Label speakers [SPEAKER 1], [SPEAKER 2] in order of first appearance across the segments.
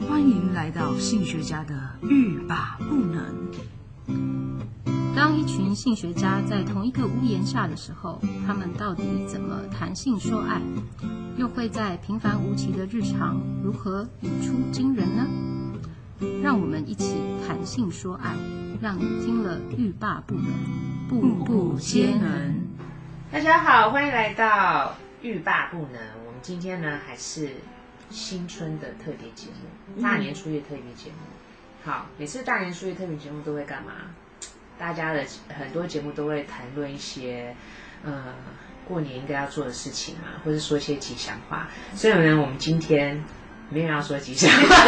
[SPEAKER 1] 迎来到性学家的欲罢不能。
[SPEAKER 2] 当一群性学家在同一个屋檐下的时候，他们到底怎么谈性说爱？又会在平凡无奇的日常如何语出惊人呢？让我们一起谈性说爱，让你听了欲罢不能，步步皆能。
[SPEAKER 3] 大家好，欢迎来到欲罢不能。我们今天呢还是新春的特别节目，
[SPEAKER 4] 嗯
[SPEAKER 3] 大年初一的特别节目。好，每次大年初一特别节目都会干嘛？大家的很多节目都会谈论一些，呃，过年应该要做的事情啊，或者说一些吉祥话。所以呢，我们今天没有要说吉祥话，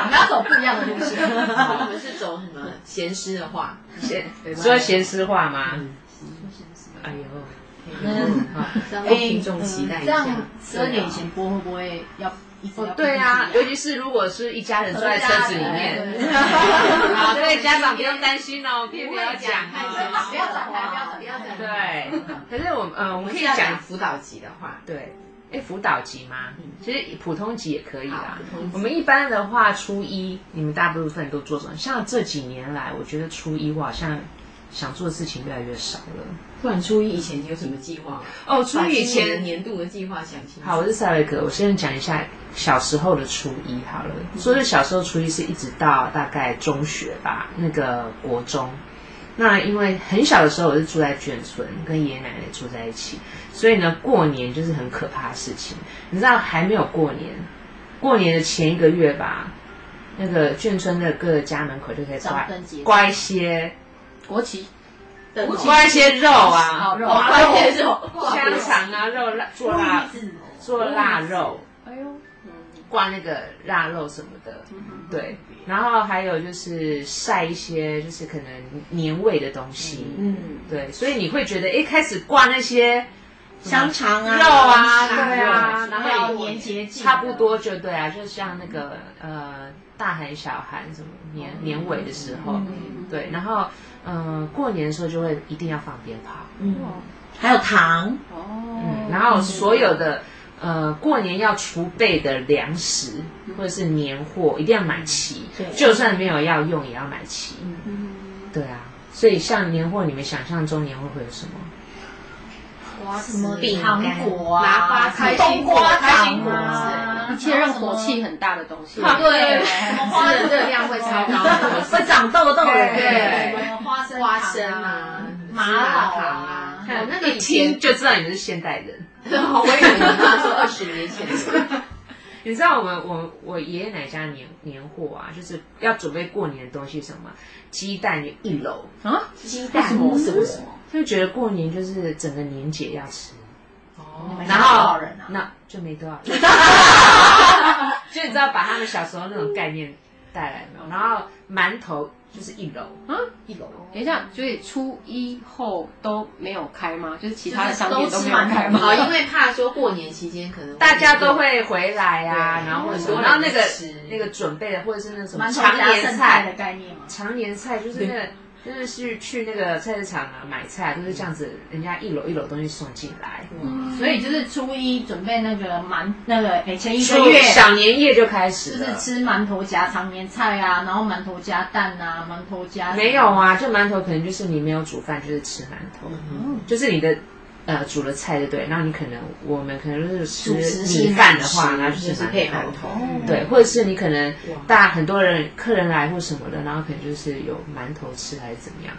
[SPEAKER 4] 我们要走不一样的路线， 我们是走什么闲诗的话，
[SPEAKER 3] 闲
[SPEAKER 4] 对吧
[SPEAKER 3] 说闲诗话吗？哎呦，好
[SPEAKER 4] 让
[SPEAKER 3] 哎
[SPEAKER 4] 听众期待一下。
[SPEAKER 5] 这样十二点以前播会不会要一直
[SPEAKER 3] 哦
[SPEAKER 5] 要逼、
[SPEAKER 3] 对啊，尤
[SPEAKER 5] 自
[SPEAKER 3] 其
[SPEAKER 5] 己
[SPEAKER 3] 是如果是一家人坐在车子里面
[SPEAKER 5] 对，
[SPEAKER 3] 好，所以家长不用担心哦，并不要讲哦。
[SPEAKER 4] 不要转台，不要转，不要转台。
[SPEAKER 3] 对， 可是我们呃，我们可以
[SPEAKER 4] 要
[SPEAKER 3] 讲
[SPEAKER 4] 辅导级的话，
[SPEAKER 3] 对，哎，辅导级吗？其实普通级也可以啦。
[SPEAKER 4] 普通级
[SPEAKER 3] 我们一般的话，初一你们大部分都做什么？像这几年来，我觉得初一我好像想做的事情越来越少了。
[SPEAKER 4] 不然初一以前有什么计划？
[SPEAKER 3] 哦，初
[SPEAKER 4] 把
[SPEAKER 3] 一以
[SPEAKER 4] 今年的
[SPEAKER 3] 前
[SPEAKER 4] 年度的计划想清楚。
[SPEAKER 3] 好，我是赛维格，我先讲一下小时候的初一好了。说是小时候初一是一直到大概中学吧，那个国中。那因为很小的时候我是住在眷村，跟爷爷奶奶住在一起，所以呢，过年就是很可怕的事情。你知道还没有过年，过年的前一个月吧，那个眷村的各个家门口就可以
[SPEAKER 5] 早
[SPEAKER 3] 挂
[SPEAKER 5] 登记
[SPEAKER 3] 挂一些
[SPEAKER 5] 国旗灯笼
[SPEAKER 3] 挂一些肉啊，
[SPEAKER 5] 哦肉
[SPEAKER 3] 哦
[SPEAKER 5] 挂一些肉，
[SPEAKER 3] 香肠啊，肉腊做腊做腊肉，
[SPEAKER 5] 哎呦，嗯
[SPEAKER 3] 挂那个腊肉什么的，对。然后还有就是晒一些就是可能年味的东西，
[SPEAKER 5] 嗯，
[SPEAKER 3] 对。所以你会觉得一开始挂那些
[SPEAKER 5] 香肠啊，
[SPEAKER 3] 肉啊，
[SPEAKER 5] 腊肉
[SPEAKER 3] 对啊，
[SPEAKER 5] 然
[SPEAKER 3] 然
[SPEAKER 5] 后
[SPEAKER 3] 后
[SPEAKER 5] 要
[SPEAKER 3] 你
[SPEAKER 5] 年节季
[SPEAKER 3] 差不多就对啊，就像那个呃大寒小寒什么年年尾的时候，对。然后嗯、呃过年的时候就会一定要放鞭炮，
[SPEAKER 5] 还有糖，
[SPEAKER 3] 嗯，然后所有的呃过年要储备的粮食或者是年货一定要买齐，就算没有要用也要买齐。对啊，所以像年货，你们想象中年货会有什么？
[SPEAKER 5] 什么
[SPEAKER 4] 饼
[SPEAKER 5] 糖
[SPEAKER 4] 干
[SPEAKER 5] 果啊，
[SPEAKER 4] 麻花开心
[SPEAKER 5] 冬瓜糖
[SPEAKER 4] 果
[SPEAKER 5] 啊，
[SPEAKER 4] 之
[SPEAKER 5] 一
[SPEAKER 4] 类
[SPEAKER 5] 切让火气很大的东西，
[SPEAKER 4] 对，花的热量会超高的。
[SPEAKER 5] 会长痘痘的，
[SPEAKER 4] 对
[SPEAKER 5] 什么花生
[SPEAKER 4] 花生啊
[SPEAKER 5] 糖麻老啊，
[SPEAKER 3] 看那个听就知道你们是现代人。
[SPEAKER 4] 哦我以为你妈说二十年前的，
[SPEAKER 3] 你知道我们我我爷爷奶奶家年年货啊，就是要准备过年的东西，什么鸡蛋有一篓，
[SPEAKER 5] 啊，
[SPEAKER 3] 鸡蛋
[SPEAKER 4] 什么什么什么？
[SPEAKER 3] 就觉得过年就是整个年节要吃，
[SPEAKER 4] 哦
[SPEAKER 3] 然
[SPEAKER 5] 多少
[SPEAKER 3] 后
[SPEAKER 5] 人啊？
[SPEAKER 3] 那就没多少人，就你知道把他们小时候那种概念带来没有？然后馒头就是一篓，一篓，
[SPEAKER 2] 等一下，所以初一后都没有开吗？就是其他的商
[SPEAKER 5] 都
[SPEAKER 2] 店都
[SPEAKER 5] 吃
[SPEAKER 2] 没有
[SPEAKER 5] 满
[SPEAKER 2] 开
[SPEAKER 5] 台
[SPEAKER 2] 吗？
[SPEAKER 5] 吗？
[SPEAKER 4] 好，因为怕说过年期间可能
[SPEAKER 3] 大家都会回来呀、
[SPEAKER 4] 对
[SPEAKER 3] 然后
[SPEAKER 4] 很
[SPEAKER 3] 什么
[SPEAKER 4] 多人
[SPEAKER 3] 然后那个
[SPEAKER 4] 吃
[SPEAKER 3] 那个准备的或者是那什么
[SPEAKER 5] 馒头
[SPEAKER 3] 常
[SPEAKER 5] 加
[SPEAKER 3] 年
[SPEAKER 5] 剩菜
[SPEAKER 3] 菜
[SPEAKER 5] 的，概念嘛，
[SPEAKER 3] 常年菜就是那个。就是去去那个菜市场啊买菜，就是这样子，人家一篓一篓东西送进来，
[SPEAKER 5] 所以就是初一准备那个馒那个诶前一
[SPEAKER 3] 初
[SPEAKER 5] 个月
[SPEAKER 3] 小年夜就开始
[SPEAKER 5] 就是
[SPEAKER 3] 了。
[SPEAKER 5] 吃馒头夹常年菜啊，然后馒头夹蛋啊，馒头夹
[SPEAKER 3] 没有啊，就馒头可能就是你没有煮饭，就是吃馒头，
[SPEAKER 5] 哦
[SPEAKER 3] 就是你的呃煮了菜就对，然后你可能我们可能就是
[SPEAKER 4] 食
[SPEAKER 3] 吃
[SPEAKER 4] 是
[SPEAKER 3] 米饭的话，
[SPEAKER 4] 食
[SPEAKER 3] 那
[SPEAKER 4] 就是是
[SPEAKER 3] 配
[SPEAKER 4] 配
[SPEAKER 3] 馒
[SPEAKER 4] 馒
[SPEAKER 3] 头，
[SPEAKER 4] 头，
[SPEAKER 3] 对，或者是你可能大很多人客人来或什么的，然后可能就是有馒头吃还是怎么样，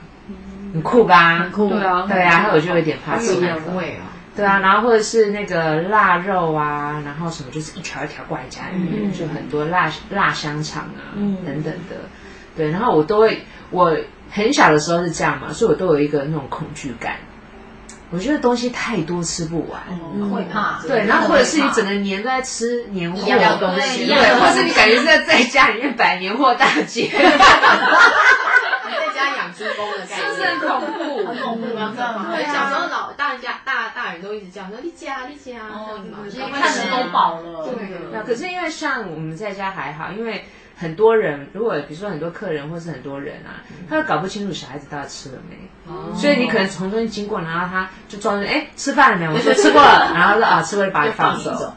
[SPEAKER 3] 很酷吧？嗯很酷
[SPEAKER 2] 对啊
[SPEAKER 3] 对啊，还有就有点怕吃
[SPEAKER 4] 有
[SPEAKER 3] 馒
[SPEAKER 4] 人
[SPEAKER 3] 头，
[SPEAKER 4] 味啊。
[SPEAKER 3] 对啊，然后或者是那个腊肉啊，然后什么就是一条一条挂在家里面，就很多腊腊香肠啊、等等的，对，然后我都会，我很小的时候是这样嘛，所以我都有一个那种恐惧感，我觉得东西太多吃不完，
[SPEAKER 5] 会怕，
[SPEAKER 3] 对，然后或者是你整个年都在吃年货
[SPEAKER 4] 样的东
[SPEAKER 5] 西
[SPEAKER 3] 对，或者是你感觉是在在家里面摆年货大 街，
[SPEAKER 4] 在家养猪公的概
[SPEAKER 3] 是不是
[SPEAKER 4] 念
[SPEAKER 3] 很。恐怖？
[SPEAKER 5] 很恐怖，
[SPEAKER 4] 蛮可怕的
[SPEAKER 5] 对
[SPEAKER 4] 小时候
[SPEAKER 5] 啊，
[SPEAKER 4] 老大人家大大人都一直叫说你啊家你家，这样子嘛，
[SPEAKER 5] 因为看着都饱了，
[SPEAKER 4] 对
[SPEAKER 3] 那可是因为像我们在家还好，因为很多人如果比如说很多客人或是很多人啊，
[SPEAKER 4] 嗯
[SPEAKER 3] 他都搞不清楚小孩子到底吃了没，所以你可能 从中间经过，然后他就装着哎吃饭了没？我说吃过了，然后说啊吃过就把你放走，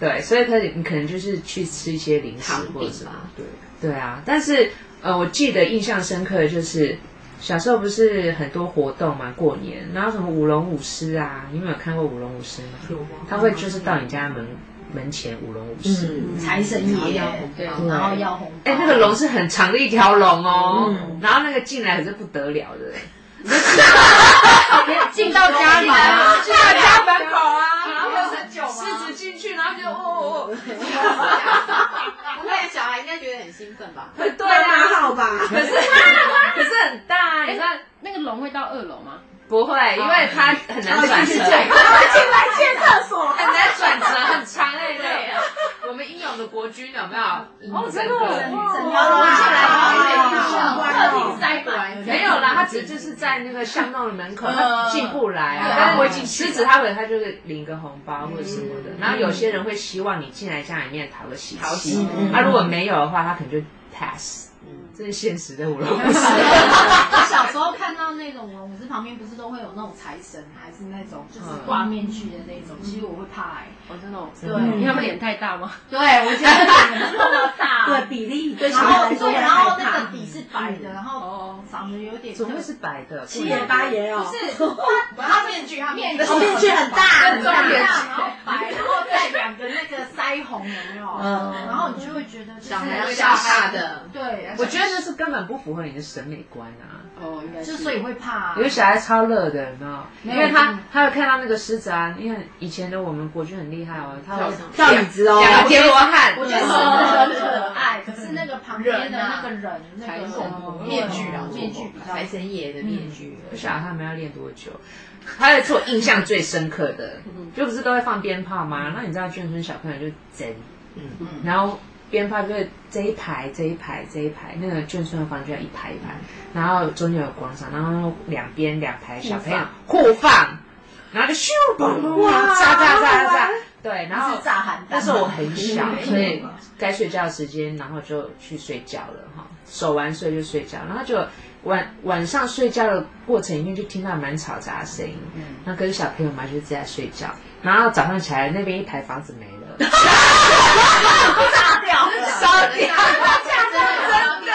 [SPEAKER 3] 对，所以可以你可能就是去吃一些零食
[SPEAKER 4] 糖饼
[SPEAKER 3] 或者什么
[SPEAKER 4] 吧，
[SPEAKER 3] 对对啊。但是呃，我记得印象深刻的就是小时候不是很多活动嘛，过年，然后什么舞龙舞狮啊，你们有看过舞龙舞狮吗？
[SPEAKER 4] 有吗
[SPEAKER 3] 他会就是到你家门门前舞龙舞狮，
[SPEAKER 4] 嗯
[SPEAKER 5] 财神爷
[SPEAKER 4] 要红包，
[SPEAKER 5] 对，然后要红包，
[SPEAKER 3] 哎、那个龙是很长的一条龙哦，
[SPEAKER 4] 嗯
[SPEAKER 3] 然后那个进来可是不得了的，
[SPEAKER 5] 进到家里啊，
[SPEAKER 3] 进到家门口啊，然后狮子进去，然后就哦哦哦，
[SPEAKER 4] 不会，小孩应该觉得很兴奋吧？
[SPEAKER 3] 很 对啊，
[SPEAKER 6] 号吧，
[SPEAKER 3] 可是可是很大啊，你看。
[SPEAKER 2] 那个龙会到二楼吗？
[SPEAKER 3] 不会，因为它很难转折，
[SPEAKER 6] 进来进厕所，
[SPEAKER 3] 很难转折，很长哎、对，我们英勇的国军有没有？哦，真的
[SPEAKER 5] 整
[SPEAKER 6] 条龙进来然后
[SPEAKER 5] 一
[SPEAKER 6] 一
[SPEAKER 5] 个
[SPEAKER 6] 个
[SPEAKER 5] 客厅塞过来，
[SPEAKER 3] 没有啦，他只是就是在那个巷弄的门口，
[SPEAKER 4] 嗯
[SPEAKER 3] 他进不来啊。
[SPEAKER 4] 对
[SPEAKER 3] 但是我已经狮子，他会他就是领个红包或者什么的。然后有些人会希望你进来家里面讨个喜
[SPEAKER 4] 讨
[SPEAKER 3] 气
[SPEAKER 4] 喜，
[SPEAKER 5] 嗯
[SPEAKER 3] 他如果没有的话，他可能就 pass。这是现实的舞龙舞狮。
[SPEAKER 5] 我小时候看到那种文武师旁边不是都会有那种财神，还是那种就是挂面具的那种，其实我会怕哎、
[SPEAKER 2] 我真的，
[SPEAKER 5] 对，
[SPEAKER 2] 因为他们脸太大吗？
[SPEAKER 5] 对我觉得你们那么大，
[SPEAKER 6] 对比例，对
[SPEAKER 5] 然后对，然后那个底是白的，然后
[SPEAKER 2] 哦，
[SPEAKER 5] 长得有点
[SPEAKER 3] 怎么会是白的？
[SPEAKER 6] 七爷八爷哦，
[SPEAKER 5] 不是，他面具，他面具，
[SPEAKER 6] 哦面具很大很
[SPEAKER 5] 大，
[SPEAKER 6] 大
[SPEAKER 5] 然后白，然后再两个那个腮红有没有？
[SPEAKER 6] 嗯
[SPEAKER 5] 然后你就会觉得就是
[SPEAKER 4] 长得要吓吓的，
[SPEAKER 5] 对，
[SPEAKER 3] 我觉得那是根本不符合你的审美观啊。
[SPEAKER 4] 哦，应该
[SPEAKER 5] 就所以会怕、
[SPEAKER 3] 有些小孩超乐的，有没有？
[SPEAKER 5] 没
[SPEAKER 3] 因
[SPEAKER 5] 有
[SPEAKER 3] 为他
[SPEAKER 5] 嗯
[SPEAKER 3] 他有看到那个狮子啊，因为以前的我们国军很厉害哦，他会
[SPEAKER 6] 跳椅子哦，
[SPEAKER 3] 两个田罗汉，
[SPEAKER 5] 我觉得狮子很可爱，可是那个旁边的那个人，那
[SPEAKER 4] 财
[SPEAKER 5] 个
[SPEAKER 4] 神
[SPEAKER 5] 哦
[SPEAKER 4] 面具啊，
[SPEAKER 5] 面具比较
[SPEAKER 4] 财神爷的面具，
[SPEAKER 3] 不晓得他们要练多久。还有一次我印象最深刻的，就不是都会放鞭炮吗？那你知道眷村小朋友就贼，
[SPEAKER 4] 嗯
[SPEAKER 3] 然后鞭炮就是这一排、这一排、这一排，那个眷村的房就要一排一排，然后中间有广场，然后两边两排小朋友互放，然后就咻嘣哇，炸炸炸炸炸，对，然后
[SPEAKER 5] 是炸邯郸，
[SPEAKER 3] 那时候我很小，所以
[SPEAKER 5] 哎
[SPEAKER 3] 该睡觉时间，然后就去睡觉了哈，守完睡就睡觉，然后就晚晚上睡觉的过程里面就听到蛮嘈杂的声音，那可是小朋友嘛就是在睡觉，然后早上起来那边一排房子没 了，
[SPEAKER 5] 炸掉，
[SPEAKER 3] 烧掉，
[SPEAKER 5] 真的真的，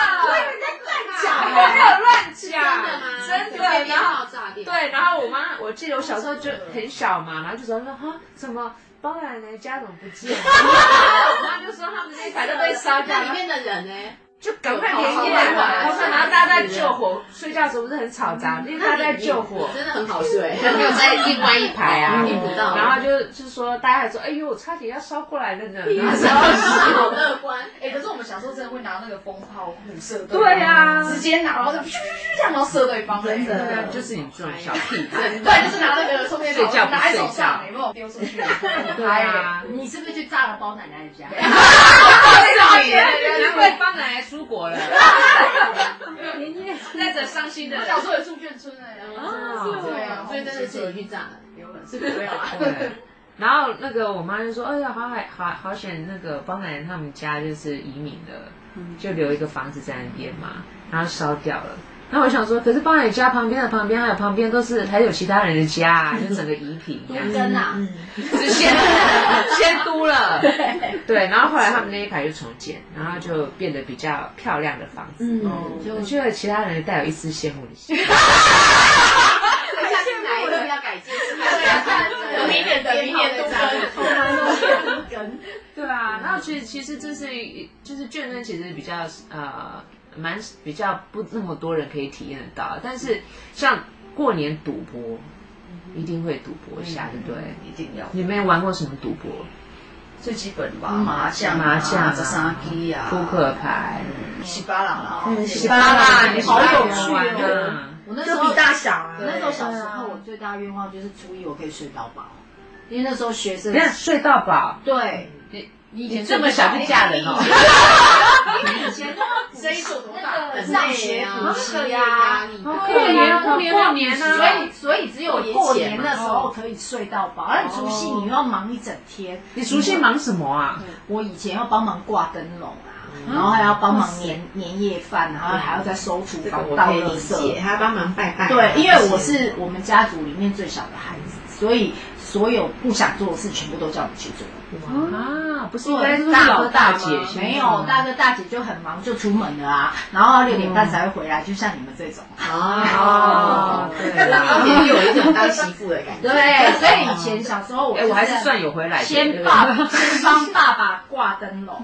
[SPEAKER 3] 我没有乱讲
[SPEAKER 4] 真的吗？
[SPEAKER 3] 真的，
[SPEAKER 4] 可以
[SPEAKER 3] 然
[SPEAKER 4] 编
[SPEAKER 3] 后。
[SPEAKER 4] 号炸掉，
[SPEAKER 3] 对，然后我妈，我记得我小时候就很小嘛，然后就说说哈，什么包奶奶家怎么不见了？ 我妈就说他们那一排都被烧掉，
[SPEAKER 4] 那里
[SPEAKER 3] 了。
[SPEAKER 4] 面的人呢？
[SPEAKER 3] 就赶快连夜来，我们然后大家在救火，睡觉的时候不是很吵杂，
[SPEAKER 4] 嗯
[SPEAKER 3] 因为大家在救火，
[SPEAKER 4] 真的很好睡，
[SPEAKER 3] 没有在另外一排啊。
[SPEAKER 4] 嗯听不到，
[SPEAKER 3] 然后就就说，大家还说，哎呦，我差点要烧过来了呢。然后
[SPEAKER 4] 好乐观，
[SPEAKER 5] 哎，可是我们小时候真的会拿那个风炮互射，
[SPEAKER 3] 对啊，
[SPEAKER 5] 直接拿，然后就咻咻咻这样，然后射对方，真
[SPEAKER 6] 的
[SPEAKER 3] 对啊就是你这种小屁孩。
[SPEAKER 5] 对，就是拿那个充电
[SPEAKER 3] 睡
[SPEAKER 5] 宝
[SPEAKER 3] 觉不
[SPEAKER 5] 拿在
[SPEAKER 3] 睡
[SPEAKER 5] 手上，
[SPEAKER 3] 觉
[SPEAKER 5] 有没有丢出去？
[SPEAKER 3] 对啊，
[SPEAKER 5] 你是不是去炸了包奶 奶的家？
[SPEAKER 3] 难怪方奶奶出国 了，带着伤心的
[SPEAKER 5] 我小时候也住眷村哎，
[SPEAKER 3] 啊
[SPEAKER 5] 对啊，
[SPEAKER 4] 所以真的是你去炸了。
[SPEAKER 5] 有人是没有啊？
[SPEAKER 3] 对， 然后那个我妈就说：“哎呀，好海好好险，那个包奶奶他们家就是移民了，就留一个房子在那边嘛，然后烧掉了。”然后我想说，可是包奶奶家旁边的旁边还有旁边都是还有其他人的家、 啊，就整个遗品这样，嗯
[SPEAKER 5] 真啊，
[SPEAKER 3] 是先先都了，对，然后后来他们那一排就重建，然后就变得比较漂亮的房子。
[SPEAKER 6] 嗯，
[SPEAKER 3] 我觉得其他人带有一丝羡慕的心，
[SPEAKER 4] 等一下是哪一个要改进？是哪一个
[SPEAKER 5] 等明年等明年都跟，
[SPEAKER 3] 对啊，然后其实其实这是一就是眷村，其实比较呃蛮比较不那么多人可以体验得到，但是像过年赌博，一定会赌博一下，对不对？
[SPEAKER 6] 一定要
[SPEAKER 3] 你没有玩过什么赌博？
[SPEAKER 6] 最基本吧，
[SPEAKER 5] 麻将
[SPEAKER 3] 麻将啊
[SPEAKER 6] 十三机啊，
[SPEAKER 3] 扑克牌，
[SPEAKER 5] 洗巴朗啊，
[SPEAKER 6] 嗯，
[SPEAKER 5] 洗
[SPEAKER 6] 十八啦，
[SPEAKER 5] 你
[SPEAKER 3] 好
[SPEAKER 5] 好
[SPEAKER 3] 有
[SPEAKER 5] 有
[SPEAKER 3] 趣
[SPEAKER 5] 趣
[SPEAKER 3] 哦！
[SPEAKER 5] 我那时
[SPEAKER 6] 就
[SPEAKER 5] 候
[SPEAKER 6] 比大小啊，
[SPEAKER 5] 那时候小时候，我最大愿望就是初一我可以睡到饱，因为那时候学生
[SPEAKER 3] 你看睡到饱，
[SPEAKER 5] 对，
[SPEAKER 2] 你以前
[SPEAKER 3] 这么小就嫁人哦？
[SPEAKER 5] 以前谁手多大啊上学补习
[SPEAKER 4] 呀
[SPEAKER 5] 呀，，
[SPEAKER 3] 过年
[SPEAKER 5] 啊
[SPEAKER 3] 过年过年呢？
[SPEAKER 5] 所以所以只有过年哦的时候可以睡到饱，但除夕你又要忙一整天。
[SPEAKER 3] 你熟悉忙什么啊？
[SPEAKER 5] 我以前要帮忙挂灯笼啊，然后还要帮忙年年夜饭，然后还要再收厨
[SPEAKER 4] 我
[SPEAKER 5] 房
[SPEAKER 4] 可
[SPEAKER 5] 倒
[SPEAKER 4] 以
[SPEAKER 5] 垃
[SPEAKER 4] 理解，
[SPEAKER 5] 圾。
[SPEAKER 4] 他帮忙拜拜。啊
[SPEAKER 5] 对，因为我是我们家族里面最小的孩子，所以所有不想做的事全部都叫你去做。
[SPEAKER 3] 啊，不是应该
[SPEAKER 5] 对，就是
[SPEAKER 3] 大
[SPEAKER 5] 老
[SPEAKER 3] 哥
[SPEAKER 5] 大
[SPEAKER 3] 大
[SPEAKER 5] 姐
[SPEAKER 3] 姐先做
[SPEAKER 5] 没有
[SPEAKER 3] 吗
[SPEAKER 5] 大哥大姐就很忙就出门了啊，然后六点半才会回来，就像你们这种。
[SPEAKER 4] 哦，
[SPEAKER 3] 对
[SPEAKER 4] 以前有一种当媳妇的感觉。
[SPEAKER 5] 对，所以以前小时候我
[SPEAKER 3] 哎，我还是
[SPEAKER 5] 在
[SPEAKER 3] 算有回来的。
[SPEAKER 5] 先
[SPEAKER 3] 对
[SPEAKER 5] 爸先帮爸爸挂灯笼，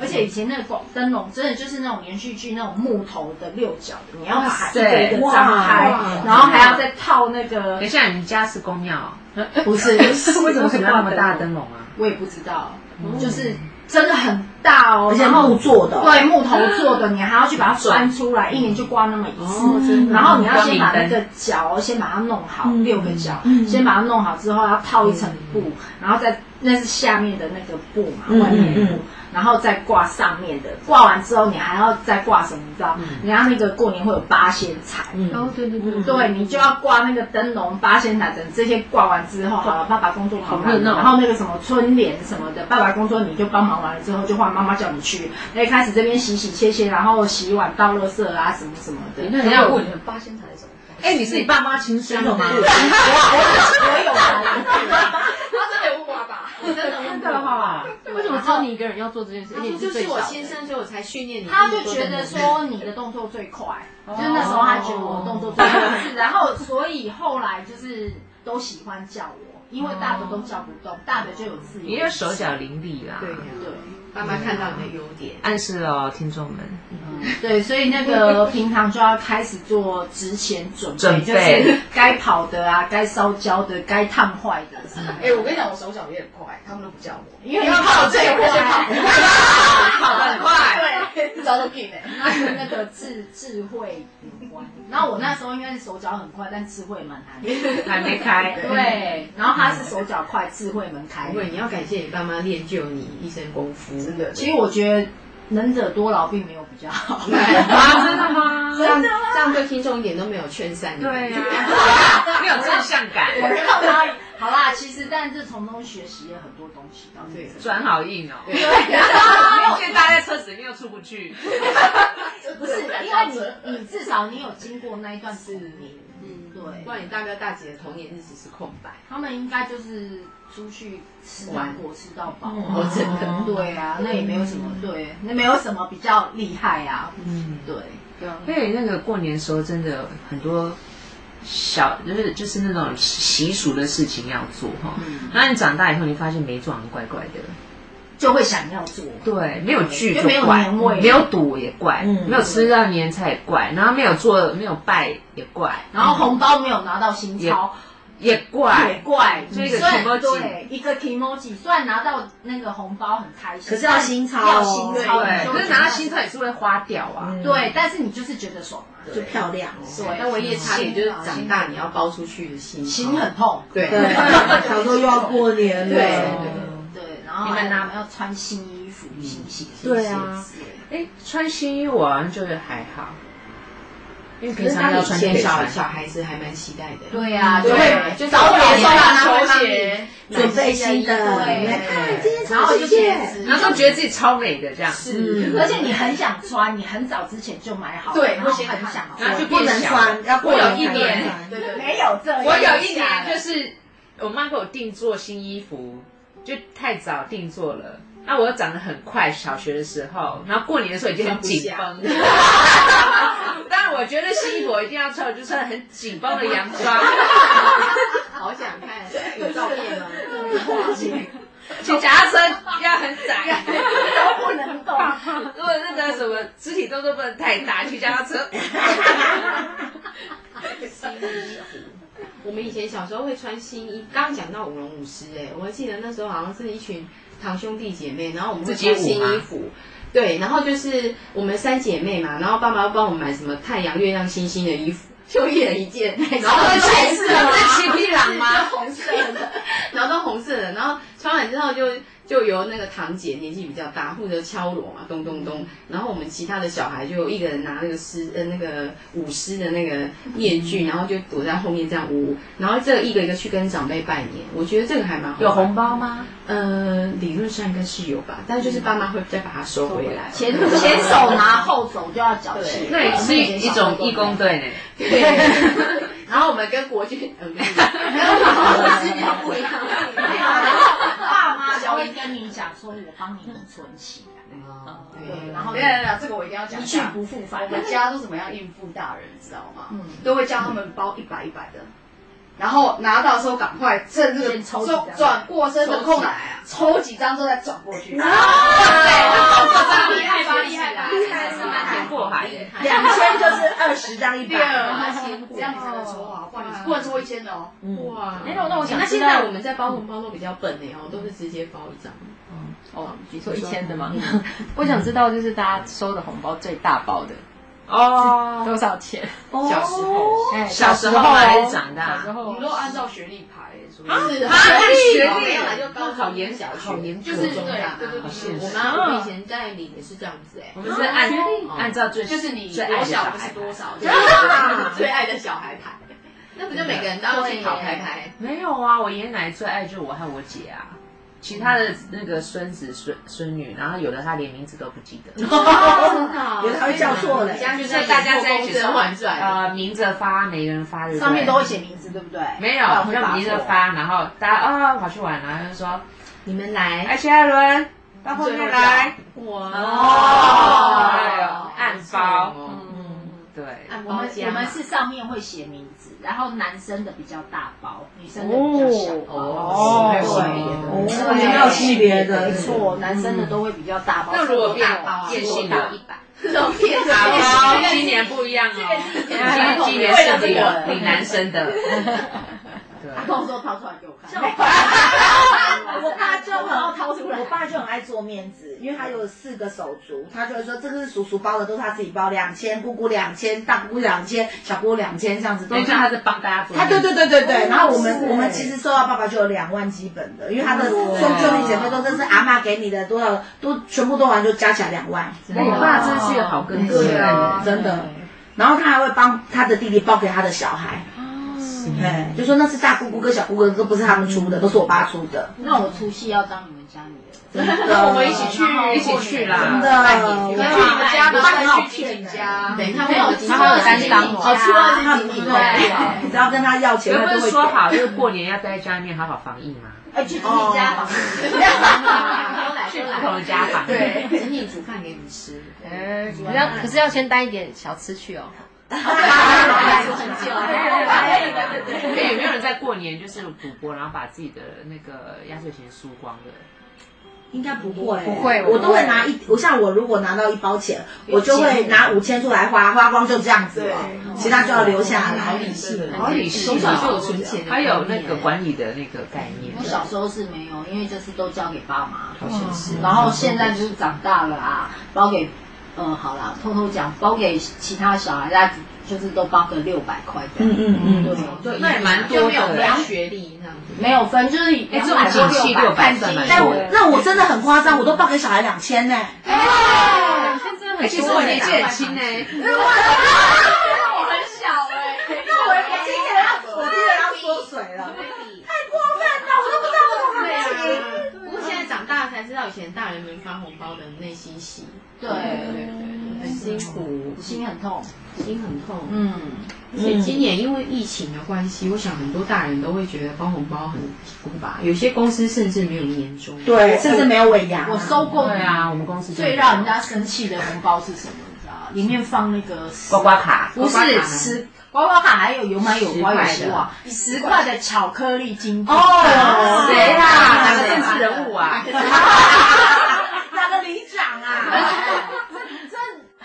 [SPEAKER 5] 而且以前那个挂灯笼真的就是那种连续剧那种木头的六角的，你要把它一个一个张开
[SPEAKER 3] 哇塞，
[SPEAKER 5] 然后还要再套那个
[SPEAKER 3] 等一下，你们家是公庙哦，
[SPEAKER 5] 哎不 是
[SPEAKER 3] 为什么会挂那么大
[SPEAKER 5] 的？
[SPEAKER 3] 灯笼啊？
[SPEAKER 5] 我也不知道，就是真的很大哦，
[SPEAKER 6] 嗯而且
[SPEAKER 5] 然后
[SPEAKER 6] 木做的，
[SPEAKER 5] 对木头做的，你还要去把它翻出来，一年就挂那么一
[SPEAKER 6] 哦
[SPEAKER 3] 啊哦
[SPEAKER 5] 次。然后你要先把那个角先把它弄好，六个角，先把它弄好之后要套一层布，然后再那是下面的那个布嘛，外面的布，然后再挂上面的。挂完之后你还要再挂什么？你知道？人家那个过年会有八仙彩。
[SPEAKER 2] 哦，对对对，
[SPEAKER 5] 对你就要挂那个灯笼、八仙塔等这些挂完之后，好了，爸爸工作忙
[SPEAKER 3] 好热
[SPEAKER 5] 完，
[SPEAKER 3] 闹
[SPEAKER 5] 然后那个什么春联什么的，爸爸工作你就帮忙完了之后，就换妈妈叫你去，哎，开始这边洗洗切切，然后洗碗倒垃圾啊，什么什么的。
[SPEAKER 3] 那你要问，
[SPEAKER 4] 八仙台什么？
[SPEAKER 3] 哎，你是你爸妈亲生的吗？
[SPEAKER 5] 我有啊，
[SPEAKER 4] 他真的有问我吧？我真的
[SPEAKER 3] 真
[SPEAKER 4] 问
[SPEAKER 3] 的
[SPEAKER 4] 过。
[SPEAKER 3] 哈，
[SPEAKER 2] 为什么只有你一个人要做这件事？
[SPEAKER 4] 他
[SPEAKER 2] 而且你
[SPEAKER 4] 说就
[SPEAKER 2] 最
[SPEAKER 4] 是
[SPEAKER 2] 小的
[SPEAKER 4] 我亲，生，所以我才训练你。
[SPEAKER 5] 他就觉得说你的动作最快，就是那时候他觉得我动作最快，然后所以后来就是都喜欢叫我，因为大的都叫不动，大的就有自由。
[SPEAKER 3] 也有手脚伶俐啦。
[SPEAKER 4] 对呀，
[SPEAKER 5] 对。
[SPEAKER 4] 妈妈看到你的优点，
[SPEAKER 3] 暗示哦，听众们，
[SPEAKER 5] 对，所以那个平常就要开始做值钱准备，
[SPEAKER 3] 准备
[SPEAKER 5] 就是该跑的啊，该烧焦的，该烫坏的什么的。
[SPEAKER 7] 哎，我跟你讲，我手脚也很快，他们都不叫我，
[SPEAKER 5] 因为你跑最
[SPEAKER 7] 我先跑，
[SPEAKER 5] 快，
[SPEAKER 3] 跑得很快，
[SPEAKER 7] 对，招都给的。
[SPEAKER 5] 那跟那个智智慧有关。然后我那时候应该是手脚很快，但智慧门还没开。
[SPEAKER 3] 还没开，
[SPEAKER 5] 对，然后他是手脚快，智慧门开
[SPEAKER 4] 因。为你要感谢你爸妈练就你一身功夫，真的
[SPEAKER 5] 其实我觉得能者多劳并没有比较好。
[SPEAKER 3] 啊，真的吗？
[SPEAKER 4] 这样这样对听众一点都没有劝善。
[SPEAKER 3] 对啊呀，没有正向感，
[SPEAKER 5] 我知道他好啦，其实但是从中学习了很多东西。到
[SPEAKER 4] 对
[SPEAKER 5] 对，
[SPEAKER 3] 转好硬哦。
[SPEAKER 5] 没有
[SPEAKER 3] 现在大家车子里面又出不去，
[SPEAKER 5] 不是，因为你你至少你有经过那一段童年，
[SPEAKER 4] 嗯，
[SPEAKER 5] 对
[SPEAKER 4] 不然你大哥大姐的童年日子是空白。
[SPEAKER 5] 他们应该就是出去吃糖果吃到饱。啊
[SPEAKER 4] 哦，真的。
[SPEAKER 5] 对啊，那也没有什么，对，那没有什么比较厉害啊。
[SPEAKER 3] 嗯，
[SPEAKER 5] 对，
[SPEAKER 3] 因为那个过年的时候真的很多小，就是就是那种习俗的事情要做哈。那、你长大以后，你发现没做好像怪怪的，
[SPEAKER 5] 就会想要做。
[SPEAKER 3] 对，没有聚
[SPEAKER 5] 就
[SPEAKER 3] 就
[SPEAKER 5] 没有
[SPEAKER 3] 怪，
[SPEAKER 5] 年味
[SPEAKER 3] 没有赌也怪，没有吃到年菜也怪，然后没有做没有拜也怪，
[SPEAKER 5] 然后红包没有拿到新钞，
[SPEAKER 3] 也
[SPEAKER 5] 也
[SPEAKER 3] 怪，
[SPEAKER 5] 怪。
[SPEAKER 3] 就一个
[SPEAKER 5] 虽然
[SPEAKER 3] emoji
[SPEAKER 5] 对一个 emoji，虽然拿到那个红包很开心，
[SPEAKER 6] 可是要新钞哦
[SPEAKER 5] 要新钞，你
[SPEAKER 3] 对，
[SPEAKER 5] 就
[SPEAKER 3] 可
[SPEAKER 5] 会
[SPEAKER 3] 是
[SPEAKER 5] 觉得
[SPEAKER 3] 拿到新钞也是会花掉啊。
[SPEAKER 5] 对，但是你就是觉得爽啊，
[SPEAKER 6] 就漂亮哦，
[SPEAKER 5] 对，
[SPEAKER 4] 但唯一的差别就是长大
[SPEAKER 5] 心
[SPEAKER 4] 你要包出去的心，哦
[SPEAKER 5] 心很痛。
[SPEAKER 4] 对
[SPEAKER 6] 对，想说又要过年
[SPEAKER 4] 对
[SPEAKER 6] 了，
[SPEAKER 4] 对
[SPEAKER 5] 对，然后
[SPEAKER 3] 你们呢
[SPEAKER 5] 还有要穿新衣服、新鞋子。
[SPEAKER 3] 对啊，哎，穿新衣服好像就是还好，因为
[SPEAKER 4] 可
[SPEAKER 3] 平
[SPEAKER 4] 是
[SPEAKER 3] 常
[SPEAKER 4] 他
[SPEAKER 3] 要
[SPEAKER 4] 以
[SPEAKER 3] 穿可
[SPEAKER 4] 前
[SPEAKER 3] 以
[SPEAKER 4] 小
[SPEAKER 3] 穿。
[SPEAKER 4] 小孩子还蛮期待的，
[SPEAKER 5] 对呀，就
[SPEAKER 7] 对
[SPEAKER 5] 会
[SPEAKER 7] 就
[SPEAKER 5] 早点收到
[SPEAKER 7] 早点
[SPEAKER 4] 啊
[SPEAKER 5] 球
[SPEAKER 7] 收到
[SPEAKER 5] 鞋，
[SPEAKER 6] 准备新的，
[SPEAKER 5] 对
[SPEAKER 6] 你来看今天
[SPEAKER 5] 然
[SPEAKER 4] 啊
[SPEAKER 5] 后
[SPEAKER 6] 穿
[SPEAKER 5] 就
[SPEAKER 6] 这
[SPEAKER 5] 鞋
[SPEAKER 6] 件，
[SPEAKER 5] 子，
[SPEAKER 3] 然后都觉得自己超美的这样，
[SPEAKER 6] 嗯
[SPEAKER 5] 而且你很想穿，你很早之前就买好，
[SPEAKER 7] 对
[SPEAKER 5] 然
[SPEAKER 7] 不
[SPEAKER 5] 后
[SPEAKER 7] 行
[SPEAKER 5] 很想
[SPEAKER 3] 然后就
[SPEAKER 5] 穿。
[SPEAKER 6] 不能穿，要过年
[SPEAKER 3] 我
[SPEAKER 6] 才
[SPEAKER 3] 有一
[SPEAKER 6] 能
[SPEAKER 3] 年
[SPEAKER 6] 穿。
[SPEAKER 7] 对对对，
[SPEAKER 5] 没有这样，
[SPEAKER 3] 我有一年就是我妈给我定做新衣服，就太早定做了。那我又长得很快，小学的时候，然后过年的时候已经很紧绷。 当然，我觉得新衣服我一定要穿，我就穿很紧绷的洋装。
[SPEAKER 4] 好想看，有照片吗？
[SPEAKER 3] 骑脚踏车要很窄，
[SPEAKER 5] 都不能动。
[SPEAKER 3] 如果那个什么肢体动作不能太大，骑脚踏车。
[SPEAKER 4] 我们以前小时候会穿新衣，刚刚讲到舞龙舞狮，哎，我还记得那时候好像是一群堂兄弟姐妹，然后我们会
[SPEAKER 3] 自己舞
[SPEAKER 4] 穿
[SPEAKER 3] 吗
[SPEAKER 4] 新衣服。对，然后就是我们三姐妹嘛，然后爸妈帮我们买什么太阳、月亮、星星的衣服，就一人一件，然后都
[SPEAKER 3] 白
[SPEAKER 4] 红色
[SPEAKER 3] 色的，是七匹狼吗？
[SPEAKER 4] 红色的，然后都红色的，然后穿完之后就就由那个堂姐年纪比较大，负责敲锣嘛，咚咚咚，然后我们其他的小孩就一个人拿那个狮呃那个舞狮的那个面具，然后就躲在后面这样舞，然后这一个一个去跟长辈拜年，我觉得这个还蛮好玩
[SPEAKER 3] 有红，包吗？
[SPEAKER 4] 呃，理论上应该是有吧，但就是爸妈会再把它收回来，
[SPEAKER 5] 前前手拿后走就要缴钱，
[SPEAKER 3] 那也是一种义工队呢。
[SPEAKER 4] 对，然后我们跟国军，嗯，跟你讲然后我们是比较不一样
[SPEAKER 5] 对啊，然后爸妈才会跟你讲说，我帮你存起来，
[SPEAKER 3] 哦
[SPEAKER 5] 对，然
[SPEAKER 7] 然
[SPEAKER 5] 后
[SPEAKER 7] 后
[SPEAKER 5] 你
[SPEAKER 7] 对对对，这个我一定要讲
[SPEAKER 5] 一
[SPEAKER 7] 一
[SPEAKER 5] 去
[SPEAKER 7] 下。
[SPEAKER 5] 不复返
[SPEAKER 7] 我。们家都怎么样应付大人，知道吗？
[SPEAKER 5] 嗯
[SPEAKER 7] 都会叫他们包一百一百的，然后拿到的时候赶快趁这个
[SPEAKER 5] 先抽几
[SPEAKER 7] 转
[SPEAKER 5] 张
[SPEAKER 7] 转过身的空
[SPEAKER 4] 抽起来啊
[SPEAKER 7] 抽几张之后再转过去。
[SPEAKER 4] 哇
[SPEAKER 7] 厉害吧
[SPEAKER 4] 厉害吧
[SPEAKER 7] 厉害
[SPEAKER 4] 真的是瞒天过海的
[SPEAKER 6] 两千就是二十张一
[SPEAKER 7] 对啊
[SPEAKER 6] 百，
[SPEAKER 7] 这样你才能抽啊，不然你不能抽一千的哦。
[SPEAKER 4] 哇！
[SPEAKER 5] 哎，那那我想
[SPEAKER 4] 那
[SPEAKER 5] 知
[SPEAKER 4] 现
[SPEAKER 5] 道
[SPEAKER 4] 在我们在包红包都比较笨哎，哦，都是直接包一张。
[SPEAKER 8] 哦，你说一千的吗？ 我想知道，就是大家收的红包最大包的
[SPEAKER 3] 哦，
[SPEAKER 8] 多少钱？
[SPEAKER 4] 小时候，
[SPEAKER 8] 哎，
[SPEAKER 3] 小时候还是
[SPEAKER 8] 小
[SPEAKER 3] 长
[SPEAKER 8] 时
[SPEAKER 3] 大？
[SPEAKER 7] 我
[SPEAKER 8] 候
[SPEAKER 7] 们都按照学历排，所以
[SPEAKER 4] 是啊，
[SPEAKER 3] 学历
[SPEAKER 4] 没有啦，就高
[SPEAKER 3] 好
[SPEAKER 4] 考研
[SPEAKER 3] 严
[SPEAKER 4] 小学
[SPEAKER 3] 好严格
[SPEAKER 4] 就是对
[SPEAKER 3] 中
[SPEAKER 4] 啦，对对
[SPEAKER 3] 好
[SPEAKER 4] 对
[SPEAKER 3] 现
[SPEAKER 4] 对。我
[SPEAKER 3] 实。
[SPEAKER 4] 妈我们以前在领也是这样子哎
[SPEAKER 3] 我，们是按按照最
[SPEAKER 4] 就是你
[SPEAKER 3] 最爱
[SPEAKER 4] 国
[SPEAKER 3] 的小
[SPEAKER 4] 小不
[SPEAKER 3] 孩
[SPEAKER 4] 是多少，
[SPEAKER 6] 啊
[SPEAKER 4] 最爱的小孩牌，那不就每个人都要去考牌牌？
[SPEAKER 3] 没有啊，我爷爷奶奶最爱就是我和我姐啊，其他的那个孙子孙孙女，然后有的他连名字都不记得，
[SPEAKER 5] 啊
[SPEAKER 6] 有的还会叫错嘞
[SPEAKER 4] 你家就
[SPEAKER 3] 所以大家在一起
[SPEAKER 4] 甄嬛传》
[SPEAKER 3] 呃，明着发，没人发，对不对
[SPEAKER 5] 上面都会写名字，对不对？
[SPEAKER 3] 没有，
[SPEAKER 5] 啊不然会
[SPEAKER 3] 让
[SPEAKER 5] 打
[SPEAKER 3] 明着
[SPEAKER 5] 错。
[SPEAKER 3] 发，然后大家啊、跑去玩，然后就说，
[SPEAKER 4] 你们来，
[SPEAKER 3] 哎，徐艾伦到后面来，
[SPEAKER 4] 哦
[SPEAKER 3] 哎呦，暗包，嗯，对，
[SPEAKER 4] 按
[SPEAKER 5] 我
[SPEAKER 4] 包
[SPEAKER 5] 们
[SPEAKER 4] 浆
[SPEAKER 5] 我们
[SPEAKER 4] 嘛
[SPEAKER 5] 是上面会写名字，然后男生的比较大包，女生的比较小包。
[SPEAKER 3] 哦
[SPEAKER 5] 对
[SPEAKER 3] 哦
[SPEAKER 6] 哦你没有性别的
[SPEAKER 5] 没错，男生的都会比较大包。
[SPEAKER 3] 那如果变
[SPEAKER 5] 大包啊
[SPEAKER 3] 变性
[SPEAKER 5] 多大
[SPEAKER 3] 了
[SPEAKER 5] 一百，
[SPEAKER 4] 这种骗子，
[SPEAKER 3] 打包，今年不一样哦，今今年是领领男生的，
[SPEAKER 5] 他
[SPEAKER 3] 对，
[SPEAKER 5] 跟我说掏出来给我看。
[SPEAKER 6] 我爸就很
[SPEAKER 5] 然后掏出来
[SPEAKER 6] 我爸就很爱做面子，因为他有四个手足，他就会说这个是叔叔包的，都是他自己包，两千，姑姑两千，大姑姑两千，小姑姑两千，这样子都
[SPEAKER 3] 等一
[SPEAKER 6] 是
[SPEAKER 3] 下
[SPEAKER 7] 哎
[SPEAKER 3] 他是帮大家做，
[SPEAKER 6] 他对对对对对，然后我
[SPEAKER 5] 是
[SPEAKER 6] 们
[SPEAKER 5] 欸
[SPEAKER 6] 我们其实收到爸爸就有两万基本的，因为他的兄兄弟姐妹都真是阿妈给你的多少都全部都完就加起来两万，
[SPEAKER 3] 哎，我爸真是个好哥哥，
[SPEAKER 6] 对啊，真的。然后他还会帮他的弟弟包给他的小孩，
[SPEAKER 7] 哦
[SPEAKER 6] 哎，就说那是大姑姑跟小姑姑都不是他们出
[SPEAKER 7] 嗯
[SPEAKER 6] 的，都是我爸出 的，
[SPEAKER 5] 那我除夕要当你们家女儿。
[SPEAKER 6] 真的。
[SPEAKER 7] 我们一起去
[SPEAKER 3] 一起去
[SPEAKER 6] 真
[SPEAKER 3] 啦，
[SPEAKER 6] 的，
[SPEAKER 7] 你们去你们家，然后再去自己家。
[SPEAKER 4] 等一下
[SPEAKER 5] 没有
[SPEAKER 4] 初
[SPEAKER 5] 他还
[SPEAKER 4] 二
[SPEAKER 5] 有
[SPEAKER 4] 是
[SPEAKER 5] 担当
[SPEAKER 4] 你
[SPEAKER 5] 哦
[SPEAKER 4] 家，
[SPEAKER 5] 初二
[SPEAKER 6] 他们对，你只要跟他要钱，
[SPEAKER 3] 原
[SPEAKER 6] 他
[SPEAKER 3] 本
[SPEAKER 6] 就会
[SPEAKER 3] 说
[SPEAKER 6] 给。
[SPEAKER 3] 好就是过年要待在家里面好好防疫嘛，
[SPEAKER 5] 哎，去自己家房
[SPEAKER 3] 哦
[SPEAKER 4] 都来
[SPEAKER 3] 去
[SPEAKER 4] 都
[SPEAKER 3] 不
[SPEAKER 4] 来
[SPEAKER 3] 同的家访，
[SPEAKER 4] 对，请你煮饭给你吃，
[SPEAKER 8] 哎，可是要可是要先带一点小吃去哦。
[SPEAKER 4] 煮很久，
[SPEAKER 3] 哎，有没有人在过年就是赌博，然后把自己的那个压岁钱输光的？
[SPEAKER 6] 应该不会，
[SPEAKER 8] 不会
[SPEAKER 6] 我
[SPEAKER 8] 我
[SPEAKER 6] 都
[SPEAKER 8] 不
[SPEAKER 6] 会
[SPEAKER 8] 会
[SPEAKER 6] 拿一，我像我如果拿到一包钱，我就会拿五千出来花，花光就这样子了，其他就要留下来。
[SPEAKER 4] 好理性，
[SPEAKER 3] 好理性
[SPEAKER 4] 从小就有存钱的
[SPEAKER 3] 还
[SPEAKER 4] 观念，
[SPEAKER 3] 有那个管理的那个概念
[SPEAKER 5] 我， 小时候是没有，因为就是都交给爸妈。
[SPEAKER 3] 好像是
[SPEAKER 5] 然后现在就是长大了啊，包给，呃，好啦，偷偷讲，包给其他小孩，大家就是都包个六百块这样。
[SPEAKER 6] 嗯嗯嗯
[SPEAKER 5] 对，
[SPEAKER 4] 就
[SPEAKER 3] 那也蛮多
[SPEAKER 4] 就没有
[SPEAKER 3] 的
[SPEAKER 4] 量学历这样子，
[SPEAKER 5] 没有分，就是
[SPEAKER 3] 哎，
[SPEAKER 5] 两
[SPEAKER 3] 这种
[SPEAKER 5] 百
[SPEAKER 3] 亲
[SPEAKER 5] 多
[SPEAKER 3] 戚
[SPEAKER 5] 六
[SPEAKER 3] 六
[SPEAKER 5] 百
[SPEAKER 3] 百算蛮
[SPEAKER 6] 哎，
[SPEAKER 3] 多
[SPEAKER 6] 我
[SPEAKER 3] 的。
[SPEAKER 6] 那我真的很夸张，我都报给小孩两千呢。
[SPEAKER 3] 哎，其实我年纪很轻呢，
[SPEAKER 6] 那我我今年要我今年要缩水了，太过分了，我都不知道这种行情。
[SPEAKER 4] 不过现在长大了才知道以前大人们发红包的那些喜，
[SPEAKER 5] 对
[SPEAKER 4] 对对对，很辛苦，
[SPEAKER 5] 心很痛。
[SPEAKER 4] 心很痛。
[SPEAKER 5] 嗯，
[SPEAKER 4] 而且今年因为疫情的关系，我想很多大人都会觉得包红包很苦吧，有些公司甚至没有年终。
[SPEAKER 6] 对，甚至没有尾牙。
[SPEAKER 5] 我收过
[SPEAKER 3] 对啊，我们公司就
[SPEAKER 5] 最让人家生气的红包是什么？你知道吗？里面放那个
[SPEAKER 3] 刮刮卡，
[SPEAKER 5] 不
[SPEAKER 4] 刮刮卡
[SPEAKER 5] 是
[SPEAKER 4] 呢
[SPEAKER 5] 十刮刮卡，还有有买有刮有
[SPEAKER 4] 十块
[SPEAKER 5] 希
[SPEAKER 4] 的
[SPEAKER 5] 望，十块的巧克力金币。
[SPEAKER 6] 哦
[SPEAKER 3] 谁啦？哪个
[SPEAKER 5] 谁
[SPEAKER 3] 政
[SPEAKER 5] 啊
[SPEAKER 3] 治人物啊？
[SPEAKER 6] 哪个里长啊？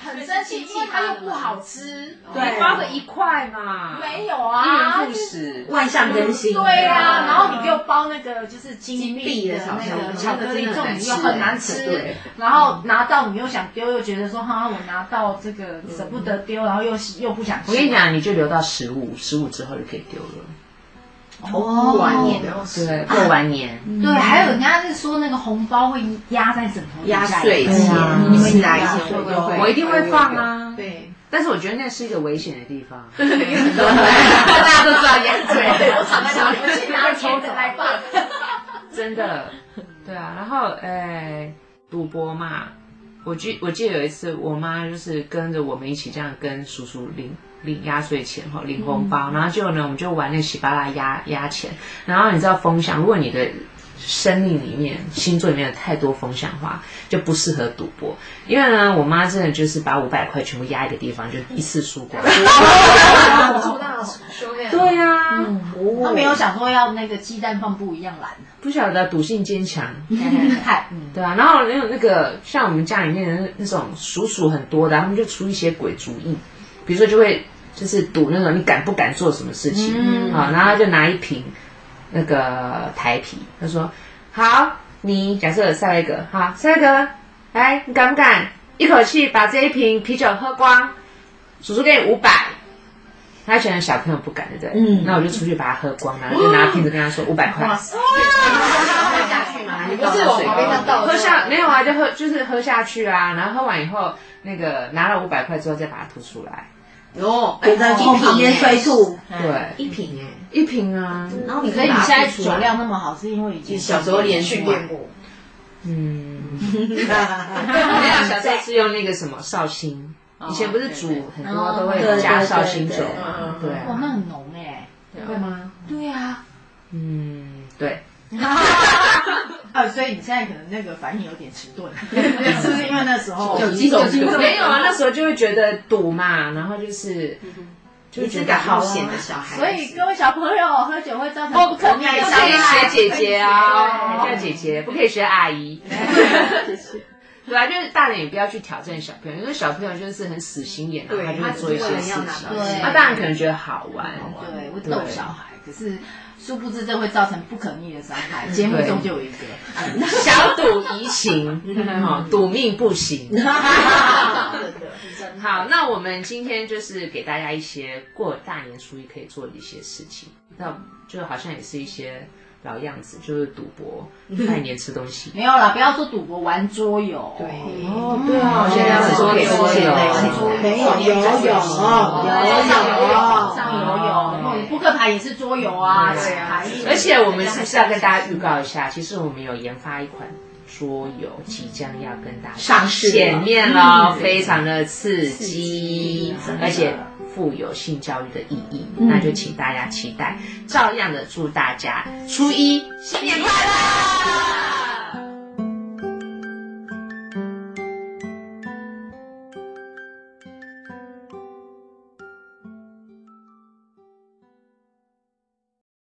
[SPEAKER 5] 很生气，因为它又不
[SPEAKER 4] 哦
[SPEAKER 5] 好吃。
[SPEAKER 6] 对，
[SPEAKER 3] 花个一块嘛，
[SPEAKER 5] 没有
[SPEAKER 3] 一
[SPEAKER 5] 啊
[SPEAKER 3] 人，不十。
[SPEAKER 6] 万象更新。
[SPEAKER 5] 对啊，然后你给我包那个就是金币的
[SPEAKER 4] 金币的
[SPEAKER 5] 那个巧
[SPEAKER 4] 巧克力
[SPEAKER 5] 克
[SPEAKER 4] 那个
[SPEAKER 5] 力，这
[SPEAKER 4] 真的
[SPEAKER 5] 种
[SPEAKER 4] 很难吃
[SPEAKER 5] 又很难吃
[SPEAKER 4] 对，
[SPEAKER 5] 然后拿到你又想丢，又觉得说哈，我拿到这个舍不得丢，然后又喜又不想吃。
[SPEAKER 3] 我跟你讲，你就留到十五，十五之后就可以丢了。
[SPEAKER 5] 哦，晚年的
[SPEAKER 3] 对，过完年。
[SPEAKER 5] 对，还有人家是说那个红包会压在枕头底
[SPEAKER 4] 压
[SPEAKER 5] 下
[SPEAKER 4] 岁
[SPEAKER 5] 对
[SPEAKER 4] 钱，
[SPEAKER 5] 啊
[SPEAKER 4] 你们哪一些会不
[SPEAKER 3] 我一
[SPEAKER 4] 会？
[SPEAKER 3] 定会放啊，
[SPEAKER 4] 对，
[SPEAKER 3] 但是我觉得那是一个危险的地 方，
[SPEAKER 4] 很多大家都知道压岁，我常常
[SPEAKER 5] 我去拿钱的来放。
[SPEAKER 3] 呃真的。对啊，然后诶，赌博嘛，我记我记得有一次，我妈就是跟着我们一起这样跟叔叔领领压岁钱哈，领红包，
[SPEAKER 4] 嗯
[SPEAKER 3] 然后结果呢，我们就玩那个喜巴拉压压钱，然后你知道风向，如果你的生命里面星座里面有太多风向的话，就不适合赌博，因为呢，我妈真的就是把五百块全部压一个地方，就一次输光。
[SPEAKER 7] 做到修炼。
[SPEAKER 3] 对啊呀、
[SPEAKER 5] 他没有想说要那个鸡蛋放不一样篮，
[SPEAKER 3] 不晓得赌性坚强，
[SPEAKER 5] 嗨，
[SPEAKER 3] 对啊，然后那种那个像我们家里面的那那种叔叔很多的啊，他们就出一些鬼主意，比如说就会就是赌那种你敢不敢做什么事情，好，然后他就拿一瓶那个台啤，他说好，你假设赛威格，好，赛威格，来，哎你敢不敢一口气把这一瓶啤酒喝光？叔叔给你五百。他觉得小朋友不敢，对不对？嗯，那我就出去把它喝光，然后就拿瓶子跟他说五百块，
[SPEAKER 4] 喝下去嘛，你不是
[SPEAKER 7] 往旁边这样倒
[SPEAKER 3] 喝下没有啊，就喝就是喝下去啊，然后喝完以后，那个拿了五百块之后再把它吐出来，
[SPEAKER 4] 哦，
[SPEAKER 6] 就在从旁边催吐，
[SPEAKER 3] 对，
[SPEAKER 4] 一瓶哎，
[SPEAKER 3] 一瓶啊，
[SPEAKER 4] 然后你
[SPEAKER 5] 所以你现在酒量那么好，是因为已经
[SPEAKER 4] 小时候连续
[SPEAKER 7] 练
[SPEAKER 4] 玩，
[SPEAKER 7] 过，
[SPEAKER 3] 嗯，没有小时候是用那个什么绍兴，以前不是煮很多都会加绍兴酒嘛，对
[SPEAKER 5] 哇，
[SPEAKER 3] 啊，
[SPEAKER 5] 那很浓哎，
[SPEAKER 3] 会吗？
[SPEAKER 5] 对啊，
[SPEAKER 3] 嗯，对，
[SPEAKER 5] 啊，所以你现在可能那个反应有点迟 钝，是不是因为那时
[SPEAKER 3] 哦
[SPEAKER 5] 候
[SPEAKER 4] 精酒精
[SPEAKER 3] 没有啊， 那时候就会觉得赌嘛，然后就是就会
[SPEAKER 4] 你
[SPEAKER 3] 觉
[SPEAKER 4] 是
[SPEAKER 3] 得
[SPEAKER 4] 敢
[SPEAKER 3] 好
[SPEAKER 4] 冒
[SPEAKER 3] 啊
[SPEAKER 4] 险的小孩，
[SPEAKER 5] 所以各位小朋友喝酒会造成不可逆的伤
[SPEAKER 3] 可以
[SPEAKER 5] 害
[SPEAKER 3] 学。姐姐啊，叫姐姐，不可以学阿姨。对啊，就是大人也不要去挑战小朋友，因为小朋友就是很死心眼啊，
[SPEAKER 4] 对
[SPEAKER 3] 他就会做一些事
[SPEAKER 4] 他只
[SPEAKER 3] 情。
[SPEAKER 4] 为
[SPEAKER 5] 了要拿到钱
[SPEAKER 3] 他当然可能觉得好玩，
[SPEAKER 5] 对，会逗小孩，可是殊不知这会造成不可逆的伤害。节目中就有一个，
[SPEAKER 3] 小赌怡情，哦，赌命不行。好，那我们今天就是给大家一些过大年初一可以做的一些事情，那就好像也是一些老样子，就是赌博、拜年、吃东西。
[SPEAKER 5] 没有啦，不要说赌博，玩桌游。对，
[SPEAKER 3] 哦，对啊，现在
[SPEAKER 4] 是
[SPEAKER 3] 是
[SPEAKER 4] 说
[SPEAKER 3] 说
[SPEAKER 4] 给我
[SPEAKER 3] 桌游，
[SPEAKER 6] 没有有有有
[SPEAKER 5] 上游泳，然后扑克牌也是桌游啊，
[SPEAKER 3] 对
[SPEAKER 7] 啊
[SPEAKER 5] 牌艺
[SPEAKER 3] 而且我们是不是要跟大家预告一下？其实我们有研发一款桌游，即将要跟大家
[SPEAKER 6] 上市
[SPEAKER 3] 见
[SPEAKER 6] 了，
[SPEAKER 3] 面了，非常的刺激，而且富有性教育的意义。那就请大家期待，照样的祝大家初一新年快乐。